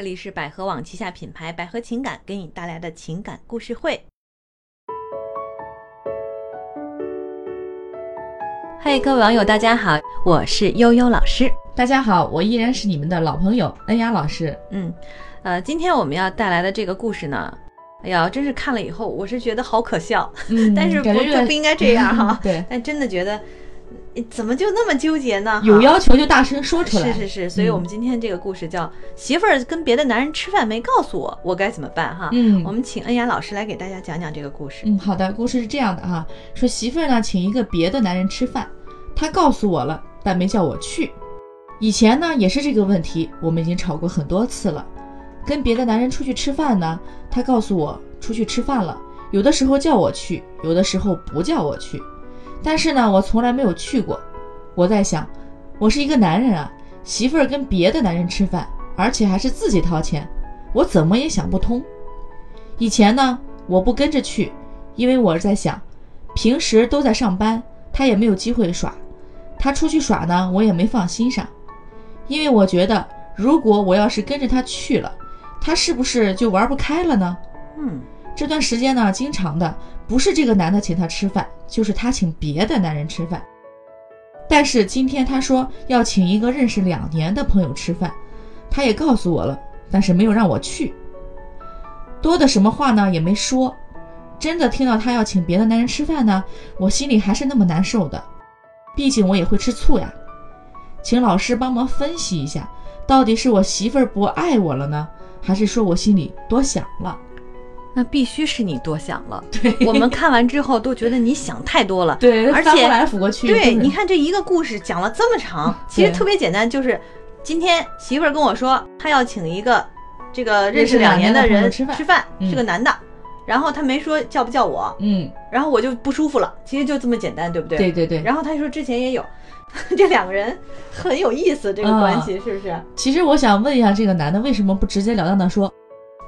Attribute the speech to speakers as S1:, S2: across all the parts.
S1: 这里是百合网旗下品牌百合情感给你带来的情感故事会。嘿、各位网友，大家好，我是悠悠老师。
S2: 大家好，我依然是你们的老朋友恩雅老师。
S1: 嗯，呃，今天我们要带来的这个故事呢，哎呀，真是看了以后，我是觉得好可笑，
S2: 嗯
S1: 但是不
S2: 感觉有
S1: 就
S2: 点
S1: 不应该这样 哈、
S2: 对，
S1: 但真的觉得，呃怎么就那么纠结呢？哈
S2: 有要求就大声说出来。
S1: 啊是是是，所以
S2: 嗯
S1: 我们今天这个故事叫《媳妇儿跟别的男人吃饭没告诉我，我该怎么办》哈。
S2: 嗯
S1: 我们请恩雅老师来给大家讲讲这个故事。
S2: 嗯，好的，故事是这样的哈、说媳妇儿呢请一个别的男人吃饭，他告诉我了，但没叫我去。以前呢也是这个问题，我们已经吵过很多次了。跟别的男人出去吃饭呢，他告诉我出去吃饭了，有的时候叫我去，有的时候不叫我去，但是呢我从来没有去过。我在想，我是一个男人啊，媳妇儿跟别的男人吃饭，而且还是自己掏钱，我怎么也想不通。以前呢，我不跟着去，因为我是在想，平时都在上班，他也没有机会耍。他出去耍呢，我也没放心上，因为我觉得如果我要是跟着他去了，他是不是就玩不开了呢？
S1: 嗯
S2: 这段时间呢，经常的不是这个男的请她吃饭，就是她请别的男人吃饭。但是今天她说要请一个认识两年的朋友吃饭，她也告诉我了，但是没有让我去。多的什么话呢也没说。真的听到她要请别的男人吃饭呢，我心里还是那么难受的。毕竟我也会吃醋呀。请老师帮忙分析一下，到底是我媳妇儿不爱我了呢，还是说我心里多想了？
S1: 那必须是你多想了。
S2: 对
S1: 我们看完之后都觉得你想太多了。
S2: 对，
S1: 而
S2: 翻
S1: 且
S2: 过来俯过去，
S1: 对，
S2: 就是
S1: 你，看这一个故事讲了这么 长，其实
S2: 对
S1: 特别简单，就是今天媳妇儿跟我说，她要请一个这个认
S2: 认
S1: 识
S2: 识
S1: 两
S2: 两
S1: 年
S2: 年的
S1: 的
S2: 朋友
S1: 人
S2: 吃饭
S1: 吃饭，
S2: 嗯
S1: 是个男的，然后她没说叫不叫我，
S2: 嗯，
S1: 然后我就不舒服了。其实就这么简单，对不嗯对？
S2: 对对对。
S1: 然后他说之前也有， 这两个人很有意思，这个
S2: 嗯
S1: 关系、是不是？
S2: 其实我想问一下，这个男的为什么不直截了当的说，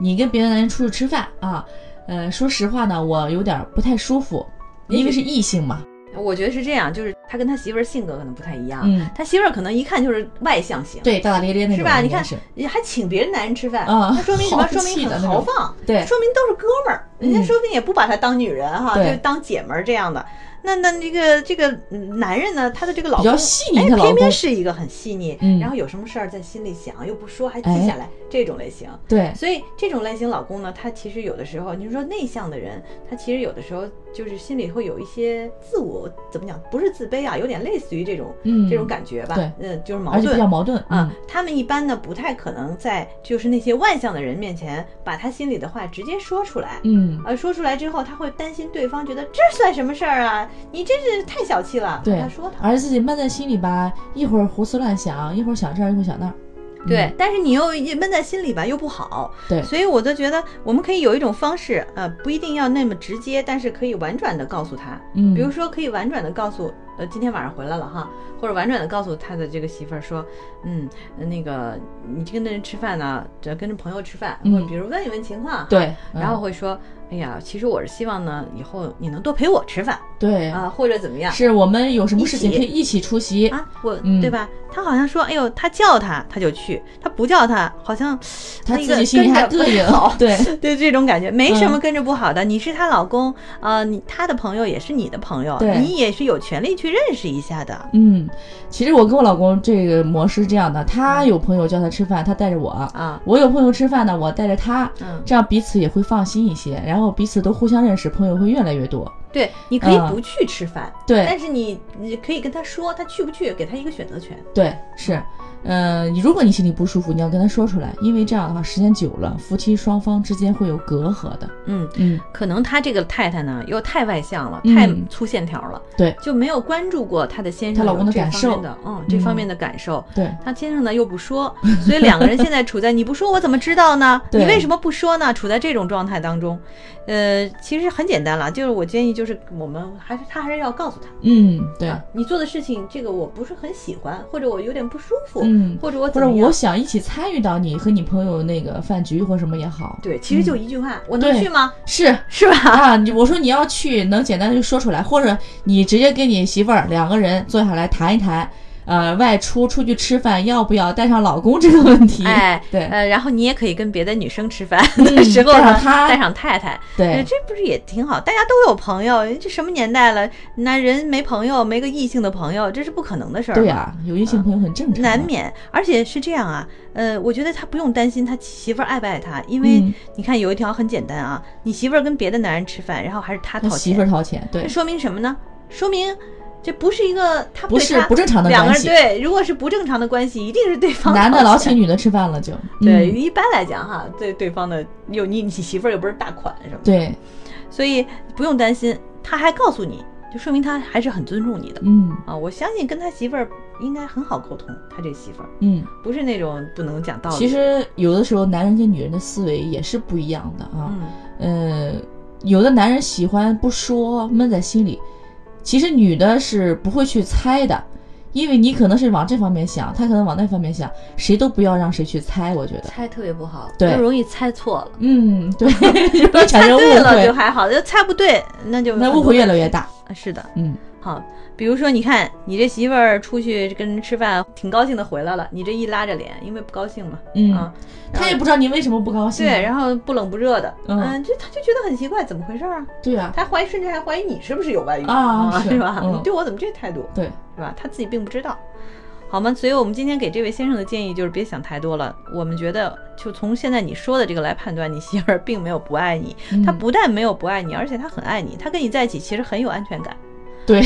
S2: 你跟别的男人出去吃饭啊？呃，说实话呢，我有点不太舒服，
S1: 也许
S2: 因为是异性嘛，
S1: 我觉得是这样，就是他跟他媳妇儿性格可能不太一样，
S2: 嗯，
S1: 他媳妇儿可能一看就是外向型，
S2: 对，大大咧咧那
S1: 啊是
S2: 种，
S1: 吧？你
S2: 应该
S1: 看
S2: 是，
S1: 还请别的男人吃饭，
S2: 嗯
S1: 那说明什么？
S2: 豪
S1: 说明
S2: 气的
S1: 很
S2: 那
S1: 豪
S2: 种
S1: 放，
S2: 对，
S1: 说明都是哥们儿，人家
S2: 嗯
S1: 说不定也不把他当女人哈，
S2: 对
S1: 就当姐们儿这样的。那那这个这个嗯男人呢，他的这个老
S2: 比
S1: 公
S2: 较细
S1: 哎
S2: 腻的老
S1: 偏偏
S2: 公，
S1: 是一个很细腻，
S2: 嗯
S1: 然后有什么事儿在心里想，又不说，还记
S2: 哎
S1: 下来、这种类型。
S2: 对，
S1: 所以这种类型老公呢，他其实有的时候，你说内向的人，他其实有的时候就是心里会有一些自我怎么讲，不是自卑啊，有点类似于这种、
S2: 嗯，
S1: 这种感觉吧，
S2: 对
S1: 嗯，就是矛
S2: 而且比
S1: 盾
S2: 较。嗯矛盾
S1: 啊，，他们一般呢不太可能在就是那些外向的人面前把他心里的话直接说出来，
S2: 嗯，嗯
S1: 呃，说出来之后他会担心对方觉得这算什么事儿啊，你真是太小气了，
S2: 对
S1: 他说他，
S2: 而自己闷在心里吧，一会儿胡思乱想，一会儿想这儿，一会儿想那儿，嗯
S1: 对，，但是你又闷在心里吧又不好，
S2: 对，
S1: 所以我就觉得我们可以有一种方式，呃，不一定要那么直接，但是可以婉转的告诉他，
S2: 嗯，
S1: 比如说可以婉转的告诉，呃，今天晚上回来了哈，或者婉转的告诉他的这个媳妇儿说，嗯，呃那个你跟着人吃饭呢，这跟着朋友吃饭，
S2: 嗯
S1: 或者比如问一问情况，，
S2: 对，
S1: 然后
S2: 嗯
S1: 会说，哎呀，其实我是希望呢，以后你能多陪我吃饭
S2: 对，
S1: 啊，或者怎么样。
S2: 嗯是我们有什么事情
S1: 一起
S2: 可以一起出席，
S1: 啊，我
S2: 嗯
S1: 对吧？他好像说，哎呦，他叫他他就去，他不叫他好像
S2: 他
S1: 那个
S2: 自己心里
S1: 跟
S2: 还
S1: 着不
S2: 膈应
S1: 好，
S2: 对，
S1: 对这种感觉没
S2: 嗯
S1: 什么跟着不好的，你是她老公，呃，你她的朋友也是你的朋友，
S2: 对
S1: 你也是有权利去认识一下的。
S2: 嗯，其实我跟我老公这个模式是这样的，
S1: 嗯
S2: 他有朋友叫他吃饭，他带着我；
S1: 啊，
S2: 我有朋友吃饭呢，我带着他，
S1: 嗯，
S2: 这样彼此也会放心一些，然后彼此都互相认识，朋友会越来越多。
S1: 对，你可以
S2: 嗯
S1: 不去吃饭，
S2: 对
S1: 但是你你可以跟他说，他去不去，给他一个选择权。
S2: 对是，嗯、你如果你心里不舒服，你要跟他说出来，因为这样的话时间久了，夫妻双方之间会有隔阂的。
S1: 嗯，
S2: 嗯，
S1: 可能他这个太太呢又太外向了，
S2: 嗯
S1: 太粗线条了，
S2: 对
S1: 就没有关注过她的先生
S2: 她老公
S1: 有
S2: 的
S1: 这
S2: 感
S1: 方面
S2: 受嗯
S1: 的，嗯，这方面的感受。
S2: 对，
S1: 她先生呢又不说，所以两个人现在处在你不说我怎么知道呢？你
S2: 对
S1: 为什么不说呢？处在这种状态当中，呃，其实很简单了，就是我建议就是我们还是他还是要告诉他，
S2: 嗯，对
S1: 啊，你做的事情这个我不是很喜欢，或者我有点不舒服，
S2: 嗯，
S1: 或者我
S2: 或
S1: 怎
S2: 者
S1: 么样
S2: 我。想一起参与到你和你朋友那个饭局或什么也好，
S1: 对，其实就一句话，我能
S2: 嗯对
S1: 去吗？
S2: 是
S1: 是吧？
S2: 啊，你我说你要去，能简单就说出来，或者你直接跟你媳妇儿两个人坐下来谈一谈，呃外出出去吃饭要不要带上老公这个问题。
S1: 哎，
S2: 对
S1: 呃，然后你也可以跟别的女生吃饭的
S2: 嗯
S1: 时候
S2: 带
S1: 呢
S2: 上，她
S1: 带上太太，哎
S2: 对，
S1: 这不是也挺好？大家都有朋友，这什么年代了？那人没朋友，没个异性的朋友，这是不可能的事儿。
S2: 对呀、，有异性朋友很正常啊。
S1: 难免。而且是这样啊，呃，我觉得他不用担心他媳妇儿爱不爱他，因为
S2: 嗯，
S1: 你看有一条很简单啊，你媳妇儿跟别的男人吃饭，然后还是他
S2: 他
S1: 掏
S2: 媳妇
S1: 钱
S2: 儿，掏钱，对
S1: 这，说明什么呢？说明这不是一个他
S2: 不
S1: 对
S2: 是
S1: 他
S2: 不正常的
S1: 两个
S2: 关
S1: 人
S2: 系。
S1: 对，如果是不正常的关系，一定是对方
S2: 男的
S1: 掏
S2: 老
S1: 钱
S2: 请女的吃饭了就，
S1: 对，
S2: 嗯
S1: 一般来讲哈，对对方的又你你媳妇儿又不是大款什么的，
S2: 对，
S1: 所以不用担心。他还告诉你，就说明他还是很尊重你的
S2: 嗯
S1: 啊。我相信跟他媳妇儿应该很好沟通，他这媳妇儿
S2: 嗯。
S1: 不是那种不能讲道理。
S2: 其，实有的时候男人跟女人的思维也是不一样的啊。
S1: 嗯，
S2: 呃，有的男人喜欢不说，闷在心里。其实女的是不会去猜的，因为你可能是往这方面想，他可能往那方面想，谁都不要让谁去猜。我觉得，
S1: 猜特别不好，
S2: 对
S1: 就容易猜错了。
S2: 嗯， 对，容易产
S1: 猜
S2: 生误
S1: 对 了就
S2: 会，
S1: 还好，要猜不对那就
S2: 那
S1: 很
S2: 误
S1: 多
S2: 会越
S1: 问
S2: 来越
S1: 题。
S2: 大。
S1: 啊是的，
S2: 嗯，
S1: 好，比如说你看你这媳妇儿出去跟人吃饭，挺高兴的回来了，你这一拉着脸，因为不高兴嘛，
S2: 嗯
S1: 啊，
S2: 他也不知道你为什么不高兴。
S1: 对，然后不冷不热的，
S2: 嗯
S1: 嗯，就他就觉得很奇怪，怎么回事儿啊？
S2: 对啊，
S1: 他怀疑，甚至还怀疑你是不是有外遇
S2: 啊 是
S1: 是吧？
S2: 嗯
S1: 你对我怎么这态度，
S2: 对，啊
S1: 是吧？他自己并不知道，好吗？所以我们今天给这位先生的建议就是别想太多了。我们觉得，就从现在你说的这个来判断，你媳妇儿并没有不爱你，
S2: 嗯
S1: 她不但没有不爱你，而且她很爱你，她跟你在一起其实很有安全感。
S2: 对，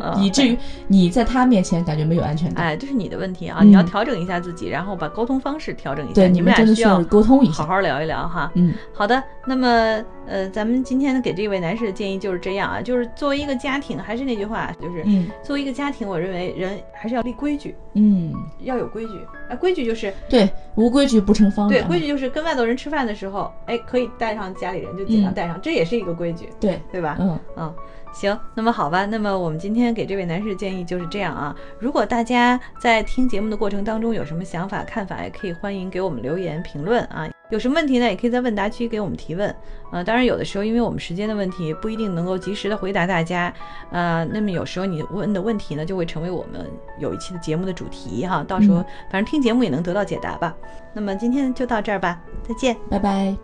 S1: 嗯
S2: 以至于你在他面前感觉没有安全感。
S1: 哎，这是你的问题啊，
S2: 嗯
S1: 你要调整一下自己，然后把沟通方式调整一下。
S2: 对，
S1: 你
S2: 哎你们真
S1: 俩
S2: 的
S1: 需
S2: 需要
S1: 要
S2: 沟通一
S1: 好
S2: 下。
S1: 好聊一聊哈。
S2: 嗯
S1: 好的，那么呃，咱们今天给这位男士的建议就是这样啊，就是作为一个家庭，还是那句话，就是
S2: 嗯
S1: 作为一个家庭，我认为人还是要立规矩，
S2: 嗯，
S1: 要有规矩。哎，规矩就是
S2: 对，无规矩不成方
S1: 对
S2: 圆。
S1: 规矩就是跟外头人吃饭的时候，哎，可以带上家里人就尽量
S2: 嗯
S1: 带上，这也是一个规矩，
S2: 对，
S1: 对吧？
S2: 嗯
S1: 嗯，行，那么好吧，那么我们今天给这位男士建议就是这样啊。如果大家在听节目的过程当中有什么想法、看法，也可以欢迎给我们留言评论啊。有什么问题呢，也可以在问答区给我们提问。呃，当然有的时候因为我们时间的问题，不一定能够及时的回答大家。呃，那么有时候你问的问题呢，就会成为我们有一期的节目的主题哈。到时候
S2: 嗯
S1: 反正听节目也能得到解答吧。那么今天就到这儿吧，再见。
S2: 拜拜。